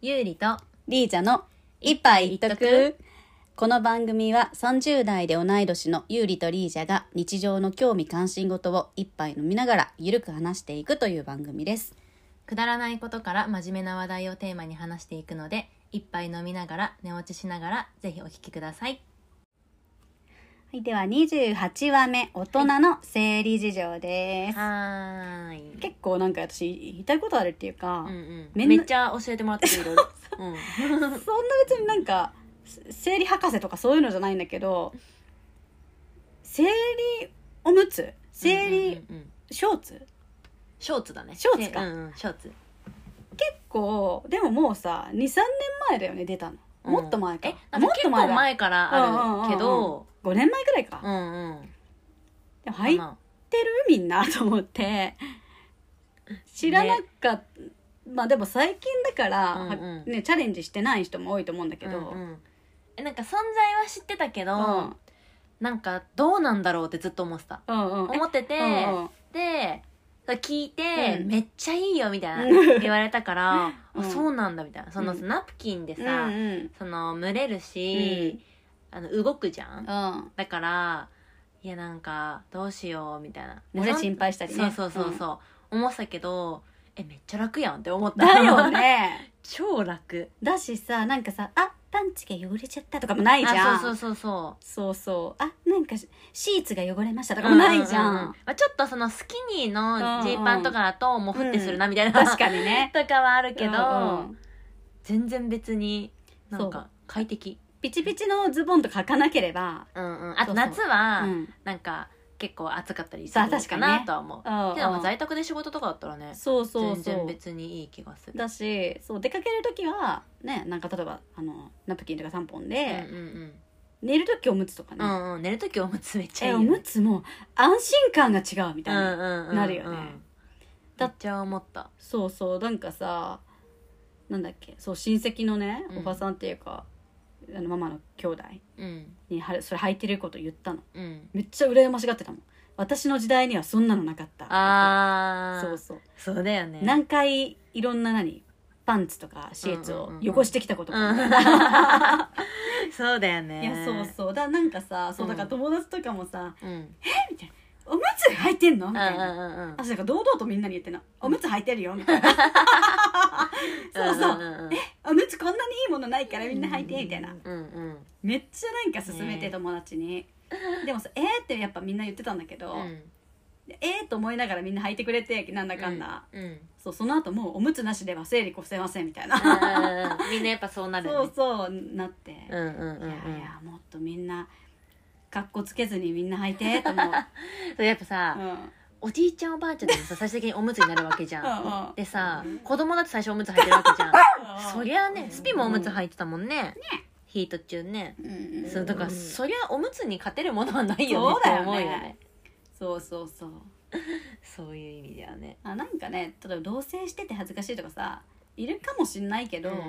ゆうりとリージャの一杯一徳この番組は30代で同い年のユーリとリージャが日常の興味関心事を一杯飲みながらゆるく話していくという番組です。くだらないことから真面目な話題をテーマに話していくので一杯飲みながら寝落ちしながらぜひお聞きくださいはい、では28話目大人の生理事情です。はーい結構なんか私言いたいことあるっていうか、うんうめん、んなめっちゃ教えてもらってるい ろいろ、うん、そんな別になんかせ生理博士とかそういうのじゃないんだけど生理おむつ生う理んうんうんショーツ、ショーツだねショーツかうんうん、ショーツ結構でももうさ23年前だよね出たのうんもっと前か、えなんもかっ結と前構だ前からあるけど5年前くらいか、うんうんでも入っまてるみんなと思って知らなかった、まあでも最近だから、うんうんね、チャレンジしてない人も多いと思うんだあけど、うんうんえなんか存在は知ってたけど、うんなんかどうなんだろうってずっと思ってたうんうん思ってて、えうんうんで聞いて、うんめっちゃいいよみたいうんな言われた から、うあんそうなんだみたいなその、うんナプキンでうさ、んうんその蒸れるし、あの動くじゃんうんだからいやなんかどうしようみたいなで漏れそん心配したりねそうそうそうそう、思ってたけどえめっちゃ楽やんって思っただ よね超楽だしさなんかさ「あパンチが汚れちゃった」とかもないじゃんあそうそうそうそうそうそうあなんかシシーツが汚れましたとかもないじゃん,、ううううまあ、ちょっとそのスキニーのジーパンとかだともうふってするなみたいな、確かにね とかはあるけど、うんうん全然別になんそうか快適ピチピチのズボンとか履かなければ、うんうんあとそうそう夏はうんなんか結構暑かったりすさある確かかにねなとは思う、うんけどまあ在宅で仕事とかだったらねそうそ全うそ然う別にいい気がするだしそう出かける時はねなんか例えばあのナプキンとか3本で、うんうん寝る時おむつとかうね、ん、うんうん、寝る時おむつめっちゃいいえよおね、むつも安心感が違うみたいな、うんうんうんうんなるよねだっちゃ思ったそうそうなんかさなんだっけそう親戚のねうんおばさんっていうか、あのママの兄弟うんにはそれ履いてること言ったのうんめっちゃ羨ましがってたもん私の時代にはそんなのなかったああそうそう、そうだよね何回いろんな何パンツとかシーツをうんうんうんうん汚してきたこと か、うん そうだよねいやそうそうだなんかさそうだから友達とかもさう、うん、 「おむつ履いてんの?」みうんうたいな。んうんうんあ、そうか、堂々とみんなに言ってんの。おむつ履いてるよ、みたいな。そうそんんう。んんおむつこんなにいいものないからみんな履いて、みたいな。うんうんめっちゃなんか勧めてね友達に、でもさ「えー?」ってやっぱみんな言ってたんだけど「でえー?」と思いながらみんな履いてくれてなんだかんだ、うんうんそうその後もうおむつなしでは生理越せませんみたいな、うんみんなやっぱそうなるそよねうそうなって、うんうんうんういやいんやもっとみんな格好つけずにみんな履いてと思う、 そうやっぱさ、うんおじいちゃんおばあちゃんでも さ最終的におむつになるわけじゃんうんうんでさ子供だって最初おむつ履いてるわけじゃんそりゃねスピもおむつ履いてたもんねヒート中ねうんうんそうだからそりゃおむつに勝てるものはないよねそうってだよね思うよねそうそうそうそういう意味ではねあなんかね例えば同棲してて恥ずかしいとかさいるかもしんないけど、うんうんう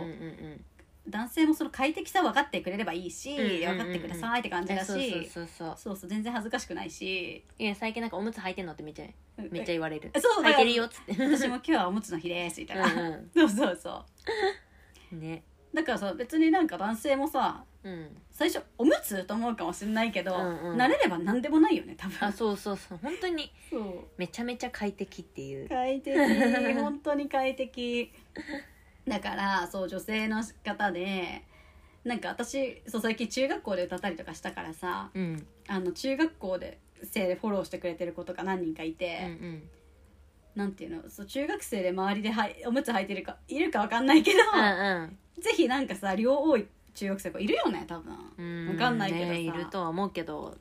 ん男性もその快適さ分かってくれればいいし、うんうんうんうん分かってくださいって感じだし、そうそうそうそうそうそう全然恥ずかしくないしいや最近なんかおむつ履いてんのってめっちゃめっちゃゃ言われるえそう履いてるよっつって 私も今日はおむつの日ですみたいな、う そうそうそんうんねうだからさ別になんか男性もさうん最初おむつと思うかもしれないけど、うんうん慣れれば何でもないよね多分あそうそうそう本当にそうめちゃめちゃ快適っていう 快適本当に快適だからそう女性の方でなんか私そう最近中学校で歌ったりとかしたからさうんあの中学校で生でフォローしてくれてる子とか何人かいうて、んなんていうのそう中学生で周りではいおむつ履いてるかいるかわかんないけど、うんぜひなんかさ量多い中学生子いるよね多分、うんわかんないけどさねいるとは思うけど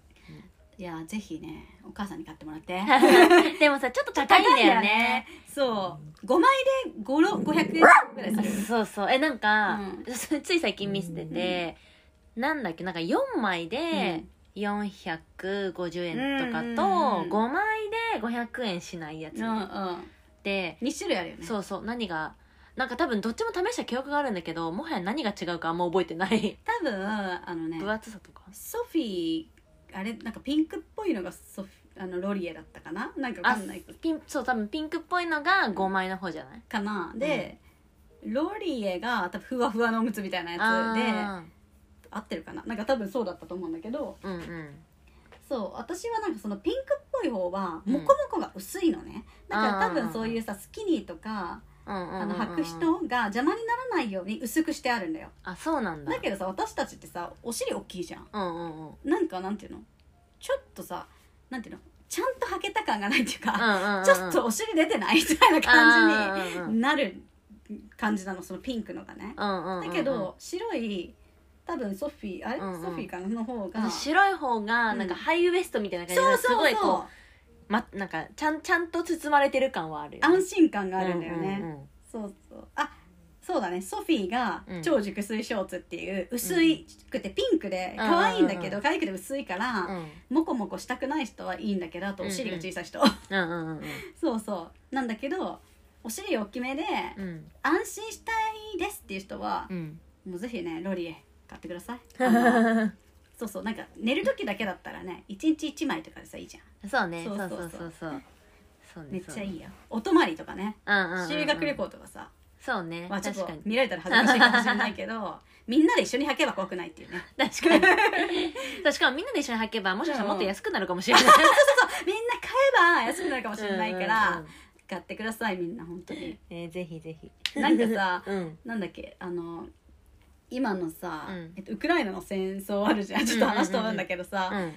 いやぜひねお母さんに買ってもらって でもさちょっと 高いんだよねそう5枚で5 500円ぐらいするそうそうえなんかうつい最近見せててなんだっけなんか4枚で450円とうんうんかうんと5枚で500円しないやつうんうんで2種類あるよねそうそう何がなんか多分どっちも試した記憶があるんだけどもはや何が違うかあんま覚えてない多分あのね分厚さとかソフィーあれなんかピンクっぽいのがソフィあのロリエだったかななんかわかんないピンそう多分ピンクっぽいのが5枚の方じゃないかなで、ロリエが多分ふわふわのおむつみたいなやあつで合ってるかななんか多分そうだったと思うんだけどーうんうんそう私はなんかそのピンクっぽい方はうんモコモコが薄いのね、だから多あ分ーそういうさスキニーとかうんうんうんうんあの履く人が邪魔にならないように薄くしてあるんだよあそうなんだだけどさ私たちってさお尻大きいじゃんうんうんうんうんなんかなんていうのちょっとさなんていうのちゃんと履けた感がないっていうか、うんうんちょっとお尻出てないみたいな感じじになる感じなのそのピンクのがね、だだけど、白い多分ソフィーあれ、うんうんソフィーかなの方あがの白い方がなんかうんハイウエストみたいな感じで、そうすそごういこそうう、ま、なんかちゃんちゃんと包まれてる感はあるよね、安心感があるんだよね、うんうんそうそうあそうだねソフィーがうん超熟睡ショーツっていう薄いくてピンクでうん可愛いんだけうんうんうど可愛くて薄いから、うんモコモコしたくない人はいいんだけどあとお尻が小さい 人、うんうんうんそうそうなんだけどお尻大きめでうん安心したいですっていう人はう、んもうぜひねロリエ買ってくだ さいうあのんそうそうなんか寝る時だけだったらね一日一枚とかでさいいじ ゃんそうねそそううそそううそそううそうそうねめっちゃい、いいよお泊まりとかねうんうんうんうん修学旅行とかさ、そうね、まあちょっ確とかに見られたら恥ずかしいかもしれないけ どみんなで一緒に履けば怖くないっていうね確かに確かにみんなで一緒に履けばもしかしたらもっと安くなるかもしれないみんな買えば安くなるかもしれないから、うんうん買ってくださいみんな本当うにんえーぜひぜひなんかさうんなんだっけあの今のさ、うんえっと、ウクライナの戦争あるじゃんちょっと話飛ぶんだけどさ、うん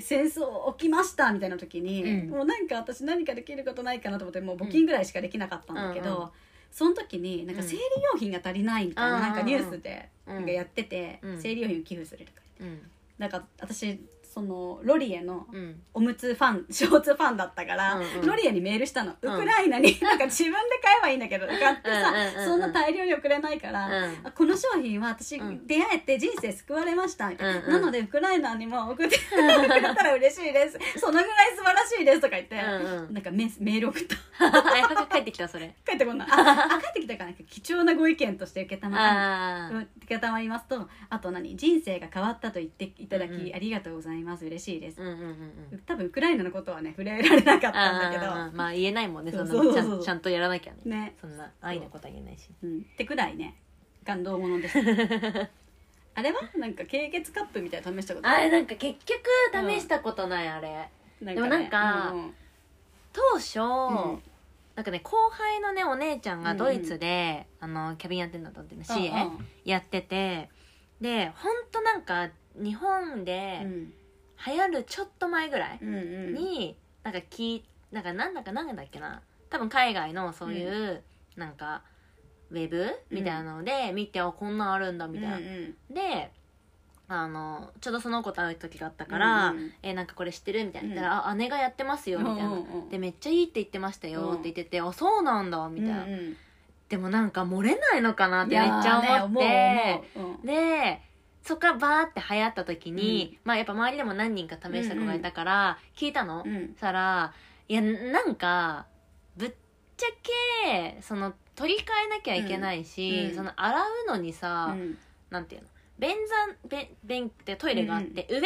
戦争起きましたみたいな時に、うんもうなんか私何かできることないかなと思ってもう募金ぐらいしかできなかったんだけど、うんうんその時になんか生理用品が足りないみたいな,、うんなんかニュースでうんなんかやってて、うん生理用品を寄付するとかうんなんか私そのロリエのうんおむつファン ショーツファンだったから、うんうんロリエにメールしたの、うんウクライナになんか自分で買えばいいんだけど買ってさ、うんうんうんうんそんな大量に送れないから、うんあこの商品は私うん出会えて人生救われましたみたいな、うんうんなのでウクライナにも送ってくれたら嬉しい ですそのぐらい素晴らしいですとか言って、うんうんなんかメメール送ったあ帰ってきたそれ帰ってこないああ帰ってきたからなんか貴重なご意見として受けたまあー受けたまりますとあと何人生が変わったと言っていただうんうんきありがとうございます嬉しいですうんうんうんうん多分ウクライナのことはね触れられなかったんだけどあーまあ言えないもんねそんなそうそうちゃそうんちゃんとやらなきゃねね、そんな愛のことは言えないしうん、ってくらいね感動ものですあれはなんか経血カップみたいなの試したことあれるなんか結局試したことないあれなでもなんかうんうん当初うんなんかね後輩のねお姉ちゃんがドイツであのキャビンアテンダントっていうの CA やっててでほんとなんか日本うでん流行るちょっと前ぐらいうんうんになんか聞いなんかなんだかなんだっけな多分海外のそういうなんかウェブみたいなので見て、あこんなんあるんだみたいな、うんうんであのちょうどその子と会う時があったから「うんうんえなんかこれ知ってる?」みたいな言ったら、あ姉がやってますよ」みたいな。うんうんうんでめっちゃいいって言ってましたよって言ってて、あそうなんだみたいな、うんうんでもなんか漏れないのかなってめっちゃいやー思って、ね思う思ううんでそっからバーって流行った時に、まあやっぱ周りでも何人か試した子がいたから聞いたの、うんしたらいやなんかぶっちゃけその取り替えなきゃいけないし、うんうんその洗うのにうさ、んなんていうの便座便便ってトイレがあって、上に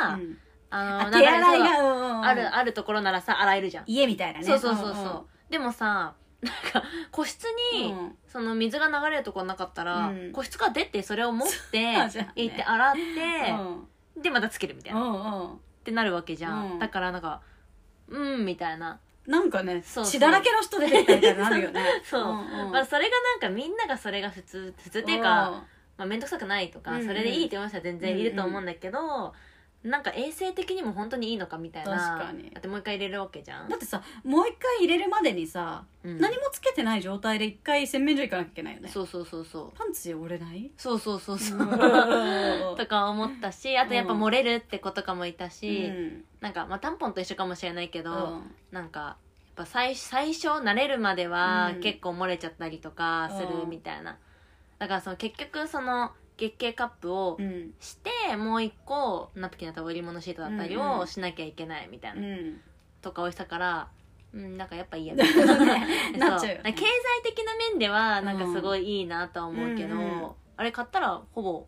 さ、うんああの手洗い流れそうがうんうんあるあるところならさ洗えるじゃん、家みたいなねそうそうそうそう、でもさなんか個室うんに、うんうんその水が流れるとこなかったら、うん個室から出てそれを持って そうじゃんね行って洗って、うんでまたつけるみたいうな、っんうんてなるわけじゃん、うんだからなんかうんみたいななんかねそうそう血だらけの人出てきたみたいになるよね そうまあ、それがなんかみんながそれが普通普通っていうか、まあ、面倒くさくないとか、うんうんそれでいいって思う人は全然いると思うんだけど、なんか衛生的にも本当にいいのかみたいな確かにだってもう一回入れるわけじゃんだ、ってさもう一回入れるまでにさ、うん何もつけてない状態で一回洗面所行かなきゃいけないよねそうそうそうそうパンツ折れないそうそうそうそううん とか思ったしあとやっぱうん漏れるってことかもいたうし、んなんかまあタンポンと一緒かもしれないけど、うんなんかやっぱ最最初慣れるまではうん結構漏れちゃったりとかするうんみたいな、だからその結局その月経カップをうんしてもう一個ナプキンだったり織物シートだったりうんうをんしなきゃいけないみたいうな、んとかをしたから。うん、なんかやっぱいいやみたいなそう なっちゃうよねなんか経済的な面ではなんかすごいいいなとは思うけど、うんうんうんあれ買ったらほぼ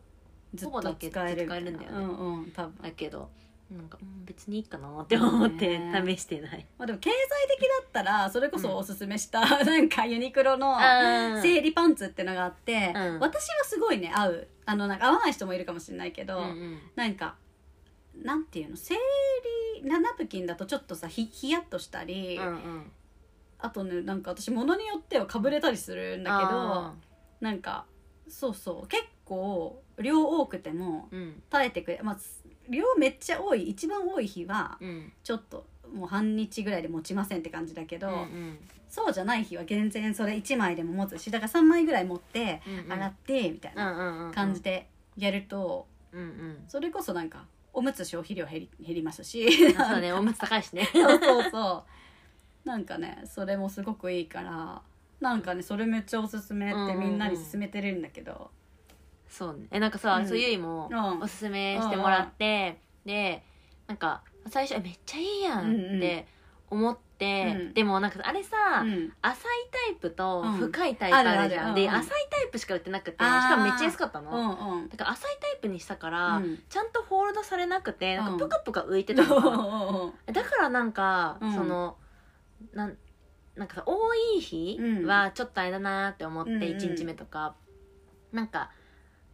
ずっほぼだとけ使えるみたいずなっと使えるんだよねうんうん多分だけどなんか、うん、別にいいかなって思ってね試してない、まあ、でも経済的だったらそれこそおすすめした、 なんかユニクロのあ生理パンツってのがあって、うん私はすごいね合うあのなんか合わない人もいるかもしれないけど、うんうんなんかなんていうの生理ナナプキンだとちょっとさひひやっとしたり、うんうんあとねなんか私物によってはかぶれたりするんだけどあなんかそうそう結構量多くてもーうん耐えてくれ、まあ、量めっちゃ多い一番多い日はうんちょっともう半日ぐらいで持ちませんって感じだけど、うんうんそうじゃない日は全然それ1枚でも持つしだから3枚ぐらい持ってうんうん洗ってみたいな感じでやるとうんうんそれこそなんかおむつ消費量減り減りますしうんそうねおむつ高いしねそうそうそうなんかねそれもすごくいいからなんかねそれめっちゃおすすめってみんなに勧めてるんだけど そうねえなんかさ、うんそうゆいもうんおすすめしてもらって、でなんか最初えめっちゃいいやんって思って、うんうんでもなんかあれさ、うん浅いタイプとうん深いタイプあるじゃん、あるあるうんで、うん浅いタイプしか売ってなくてしあかーもめっちゃ安かったの、うんうんだから浅いタイプにしたから、うんちゃんとホールドされなくてなんうんかプカプカ浮いてうた のかな、んだからなんか、うんそのなんなんかさ多い日はちょっとあれだなって思って、うんうん1日目とか、なんか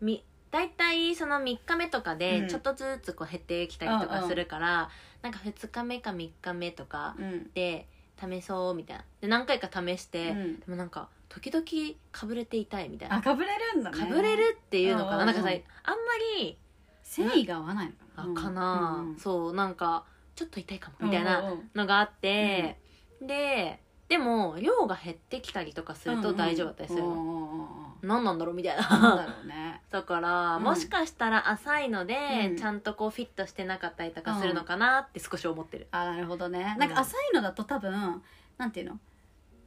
み大体その3日目とかでうんちょっとずつこう減ってきたりとかするから、なんか2日目か3日目とかうんで試そうみたいなで何回か試して、でもなんか時々かぶれて痛いみたいあなかぶれるんだねかぶれるっていうのかな、うんうんなうんんかさあんまり繊維が合わないのあかなかな、うんうんそうなんかちょっと痛いかもみたいうんなうんうんのがあって、ででも量が減ってきたりとかすると大丈夫だったりするの、うんう んうんうん何なんだろうみたいなんなだろうね だから、うんもしかしたら浅いので、うんちゃんとこうフィットしてなかったりとかするのかなって少し思ってる、あなるほどねなんか浅いのだと多分なんていうの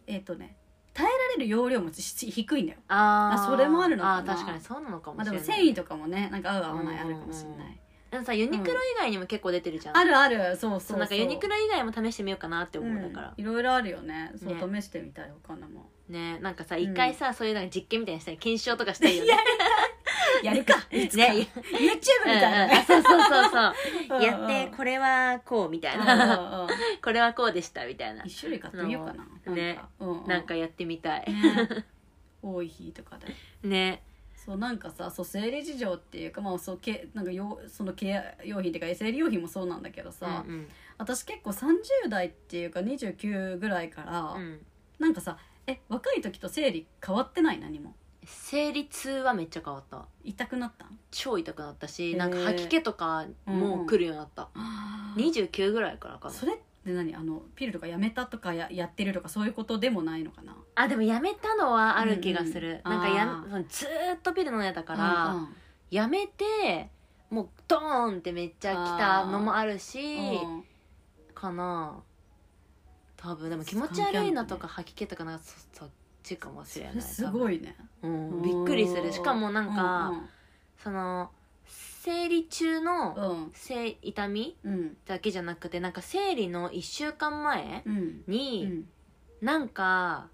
えっ、とね耐えられる容量もしし低いんだよ、あーあそれもあるのかなあー確かにそうなのかまもあ、しでれもない、繊維とかもねなんか合う合わないあうんうんるうんかもしれない、でもさユニクロ以外にも結構出てるじゃん、あるあるそうそうそそううなんかユニクロ以外も試してみようかなって思う、だからいろいろあるよねそうね試してみたい他 のもねなんかさん一回さ、そういうなんか実験みたいにしたり検証とかしたいよねややるか いつか、ね YouTube みうんうんたいな あそうそうそうそううんう んやってこれはこうみたいうんなうんうんこれはこうでしたみたいな一種類買ってみよう かななんかねうんうなんかやってみたい ね多い日とかでねそうなんかさそう生理事情っていうかまあそうけなんかよそのケア用品っていうか生理用品もそうなんだけどさ、うん私結構30代っていうか29ぐらいから、うんうんなんかさえ若い時と生理変わってない何も生理痛はめっちゃ変わった痛くなったん超痛くなったへしーなんか吐き気とかも来るようになった、29ぐらいからかなそれって何あのピルとかやめたとかややってるとかそういうことでもないのかなあでもやめたのはある気がする、うんうんなんかやあーそのずーっとピル飲んでたから、うんうんやめてもうドーンってめっちゃ来たのもあるしうんかな多分でも気持ち悪いのとか吐き気とかなんかそそっちかもしれないすい、ごいねうん、びっくりするしかもなんか、その生理中うのんうん生痛みうんだけじゃなくてなんか生理の1週間前うんうんうに、んなんか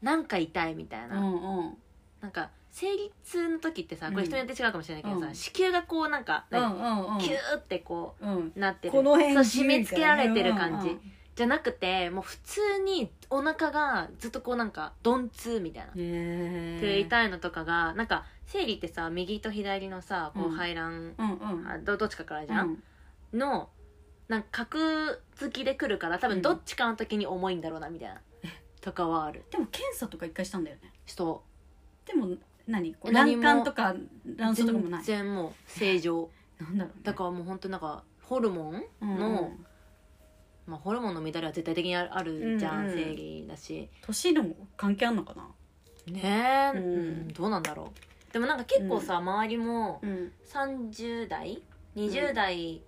なんか痛いみたいな、うんうんなんか生理痛の時ってさこれ人によって違うかもしれないけどさ、うん子宮がこうなんか、うんなんかうんうんキューってこうんうなってるこの辺そう締め付けられてる感じ、うんうんじゃなくてもう普通にお腹がずっとこうなんか鈍痛みたいな、へっていう痛いのとかがなんか生理ってさ右と左のさこううん排卵、うんうんあどどっちかからじゃ、うんんのなんか角付きで来るから多うん分どっちかの時に重いんだろうなみたいな、とかはあるでも検査とか一回したんだよね人でも何こう何卵も管とか卵巣とかもない全然もう正常なんだろうねだからもう本当なんかホルモンうんうんのまあ、ホルモンの乱れは絶対的にあるあるじゃん、うんうん生理だし年でも関係あんのかなねえ、うんうんどうなんだろうでもなんか結構さ、周りもうん30代20代、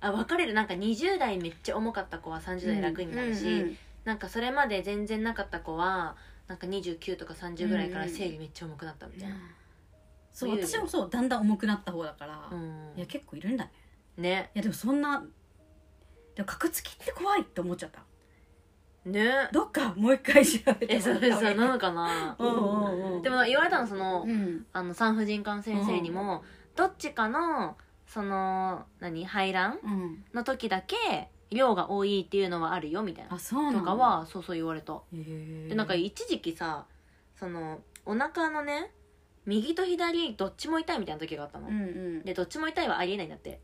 あ分かれるなんか20代めっちゃ重かった子は30代楽になるし、なんかそれまで全然なかった子はなんか29とか30ぐらいから生理めっちゃ重くなったみたいな、そう冬より私もそうだんだん重くなった方だからうんいや結構いるんだねねいやでもそんなでも角つきって怖いって思っちゃったねどっかもう一回調べてえもそらっれた方がさいいなのかなうんうんうんでも言われたのその、うんあの産婦人科の先生にも、どっちかのその何排卵うん、の時だけ量が多いっていうのはあるよみたいなあそうなとんだかはそうそう言われたへーでなんか一時期さそのお腹のね右と左どっちも痛いみたいな時があったの、うんうんでどっちも痛いはありえないんだって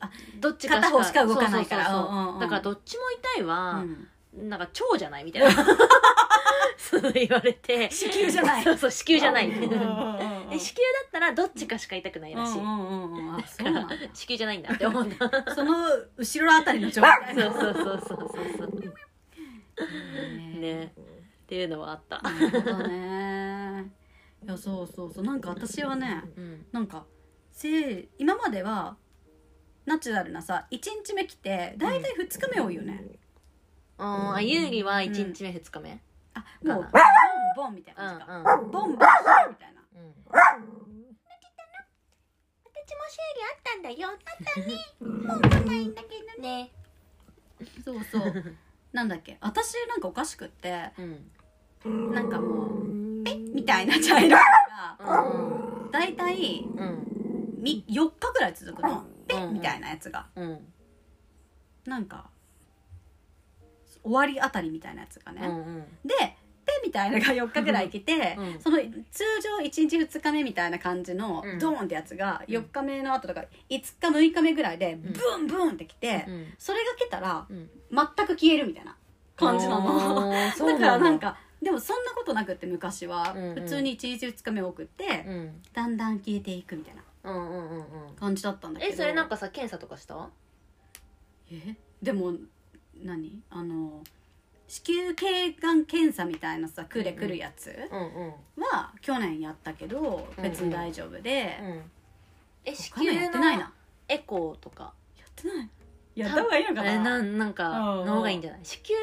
あどっち片方しか動かないからそうそうそうそううんうんうんだからどっちも痛いはう、んなんか腸じゃないみたいなそう言われて子宮じゃないそうそう子宮じゃないうんうんうんうんえ子宮だったらどっちかしか痛くないらしい、うんうんうんうんあそうなんだ子宮じゃないんだって思ったその後ろあたりの状態そうそうそうそうそうそうねねっていうのはあったなるほどねいやそうそうそうなんか私はねうんなんかせい今まではナチュラルなさ1日目来て大体2日目多いよね、あーゆうりは1日目2日目あもうかボンボンみたいな感じか、うボンボンみたいなんうん私も生理あったんだよあったねないんだけどねそ うそうなんだっけ私なんかおかしくってうんなんかもうペッみたいな茶色がうん大体うんみ4日ぐらい続くのペうッんみたいなやつがうんなんか終わりあたりみたいなやつがね、うんうんでペみたいなのが4日ぐらい来て、うんその通常1日2日目みたいな感じのうんドーンってやつが4日目の後とか5日6日目ぐらいでブンブンってきて、うんそれが来たらうん全く消えるみたいな感じなの。あーそうだからなんだかでもそんなことなくって昔はうんうん普通に1日2日目多くって、うんだんだん消えていくみたいなうんうんうんうん感じだったんだけどえそれなんかさ検査とかしたえでも何あの子宮頸がん検査みたいなさクレくるやつうんうんは去年やったけどうん別に大丈夫で、うんえ子他のや宮ってないのなエコーとかやってないやった方がいいのあかれななんなんかうんの方がいいんじゃない子宮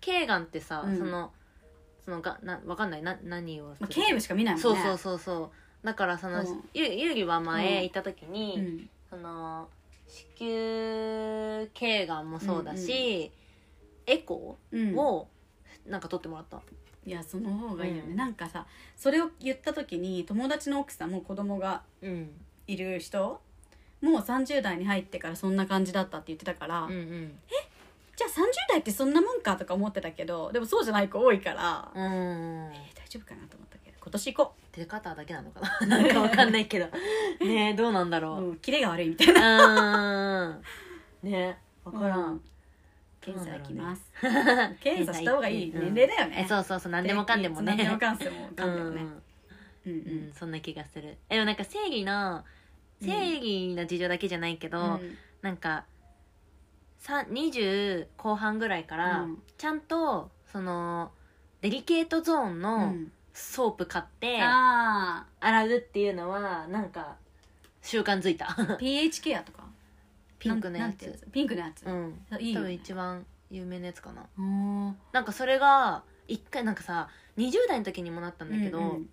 頸がんってさ、うんそのそのがなわかんないな何をすまるあ、警部しか見ないもんそねうそうそうそうだからその、うんゆゆうりは前うん行った時に、うんその子宮頸がんもそうだし、エコうんーをなんか取ってもらった、いやその方がいいよね、うんなんかさそれを言った時に友達の奥さんも子供がうん、いる人もう30代に入ってからそんな感じだったって言ってたから、うんうんじゃあ30代ってそんなもんかとか思ってたけどでもそうじゃない子多いから、うんえー大丈夫かなと思ったけど今年行こ出方だけなのかななんかわかんないけ どねえどうなんだう、ろうん、キレが悪いみたいなううんねわからうんん検査行きます。検査した方がいい年齢だよえね。そうそうそう何でもかんでもね何でもかんでもうかんでもね。んうんううんん。そんな気がするえでもなんか生理のうん生理の事情だけじゃないけど、うんなんかさ20後半ぐらいから、うんちゃんとそのデリケートゾーンうのんソープ買ってあ洗うっていうのはなんか習慣づいたあ、pH ケアとか。 ピンクのなやんてつピンクのやつう。んいい多よ分ね。一番有名なやつかなあーなんかそれが一回なんかさ20代の時にもなったんだけど、うん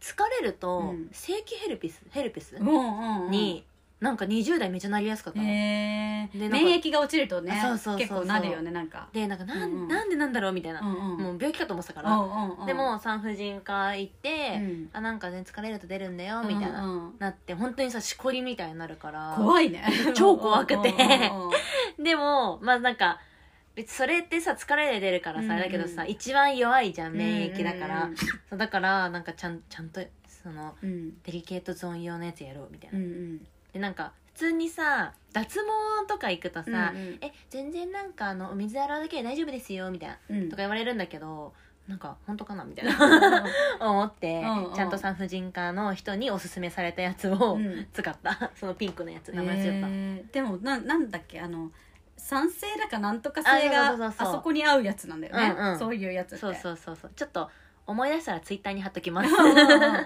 疲れるとうん正規ヘルピスヘルペスうんうんうん。に、なんか20代めっちゃなりやすかったの、へでなー。んか免疫が落ちるとねあそうそうそうそう結構なるよねなんか。でなんかなん,、うんうんなんでなんだろうみたいな、んうもうう病気かと思ってたから、んうん。でも産婦人科行って、うんあなんか全然疲れると出るんだよみたいな、うんうんなって本当にさしこりみたいになるから怖いね。 超怖くてうんうんうんでもまあなんか別にそれってさ疲れで出るからさ、うんうんだけどさ一番弱いじゃん 免疫だから、うんそうだからなんかちゃんちゃんとそのうんうん。デリケートゾーン用のやつやろうみたいな、うんうんでなんか普通にさ脱毛とか行くとさ、うんうんえ全然なんかあのお水洗うだけで大丈夫ですよみたいな、うんとか言われるんだけどなんか本当かなみたい な思って、うんうんちゃんと産婦人科の人におすすめされたやつをうん使った、 そのピンクのやつ名前忘れた、えーでもななんだっけあの酸性だかなんとか性があそうそうあそうそうそこに合うやつなんだよね、うんうんそういうやつってそうそうそうそうちょっと思い出したらツイッターに貼っとき ますうんうん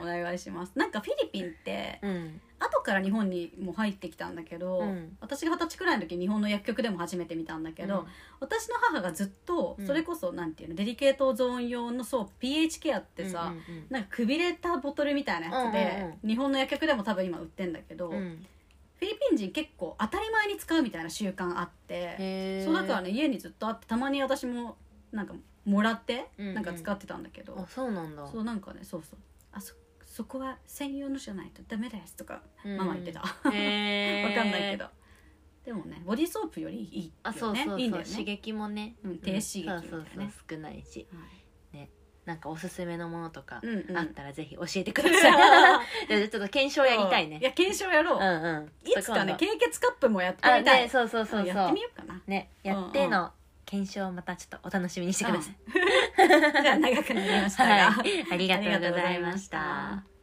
お願いしますなんかフィリピンってうん後から日本にも入ってきたんだけど、うん私が二十歳くらいの時日本の薬局でも初めて見たんだけど、私の母がずっとうんそれこそなんていうのデリケートゾーン用のそう pH ケアってさ、うんなんかくびれたボトルみたいなやつで、うんうん日本の薬局でも多分今売ってんだけど、うんうんフィリピン人結構当たり前に使うみたいな習慣あって、へーそうだからね家にずっとあってたまに私もなんかもらってうんうんなんか使ってたんだけど、あそうなんだそうなんかねそうそうあそそこは専用のじゃないとダメですとかうんママ言ってた、 わへーかんないけどでもねボディーソープよりいいよねあそうそうそういいんだよね刺激もね、うん低刺激みたいなねそうそうそう少ないしはいなんかおすすめのものとかうんうん あったらぜひ教えてください、 じゃあちょっと検証やりたいねいや検証やろうう、んうんいつかねちょっと今度経血カップもやってあみたい、ねそうそうそうそうやってみようかなねやっての検証をまたちょっとお楽しみにしてください、 じゃあ長くなりましたが、はい、ありがとうございましありがとうございまたし。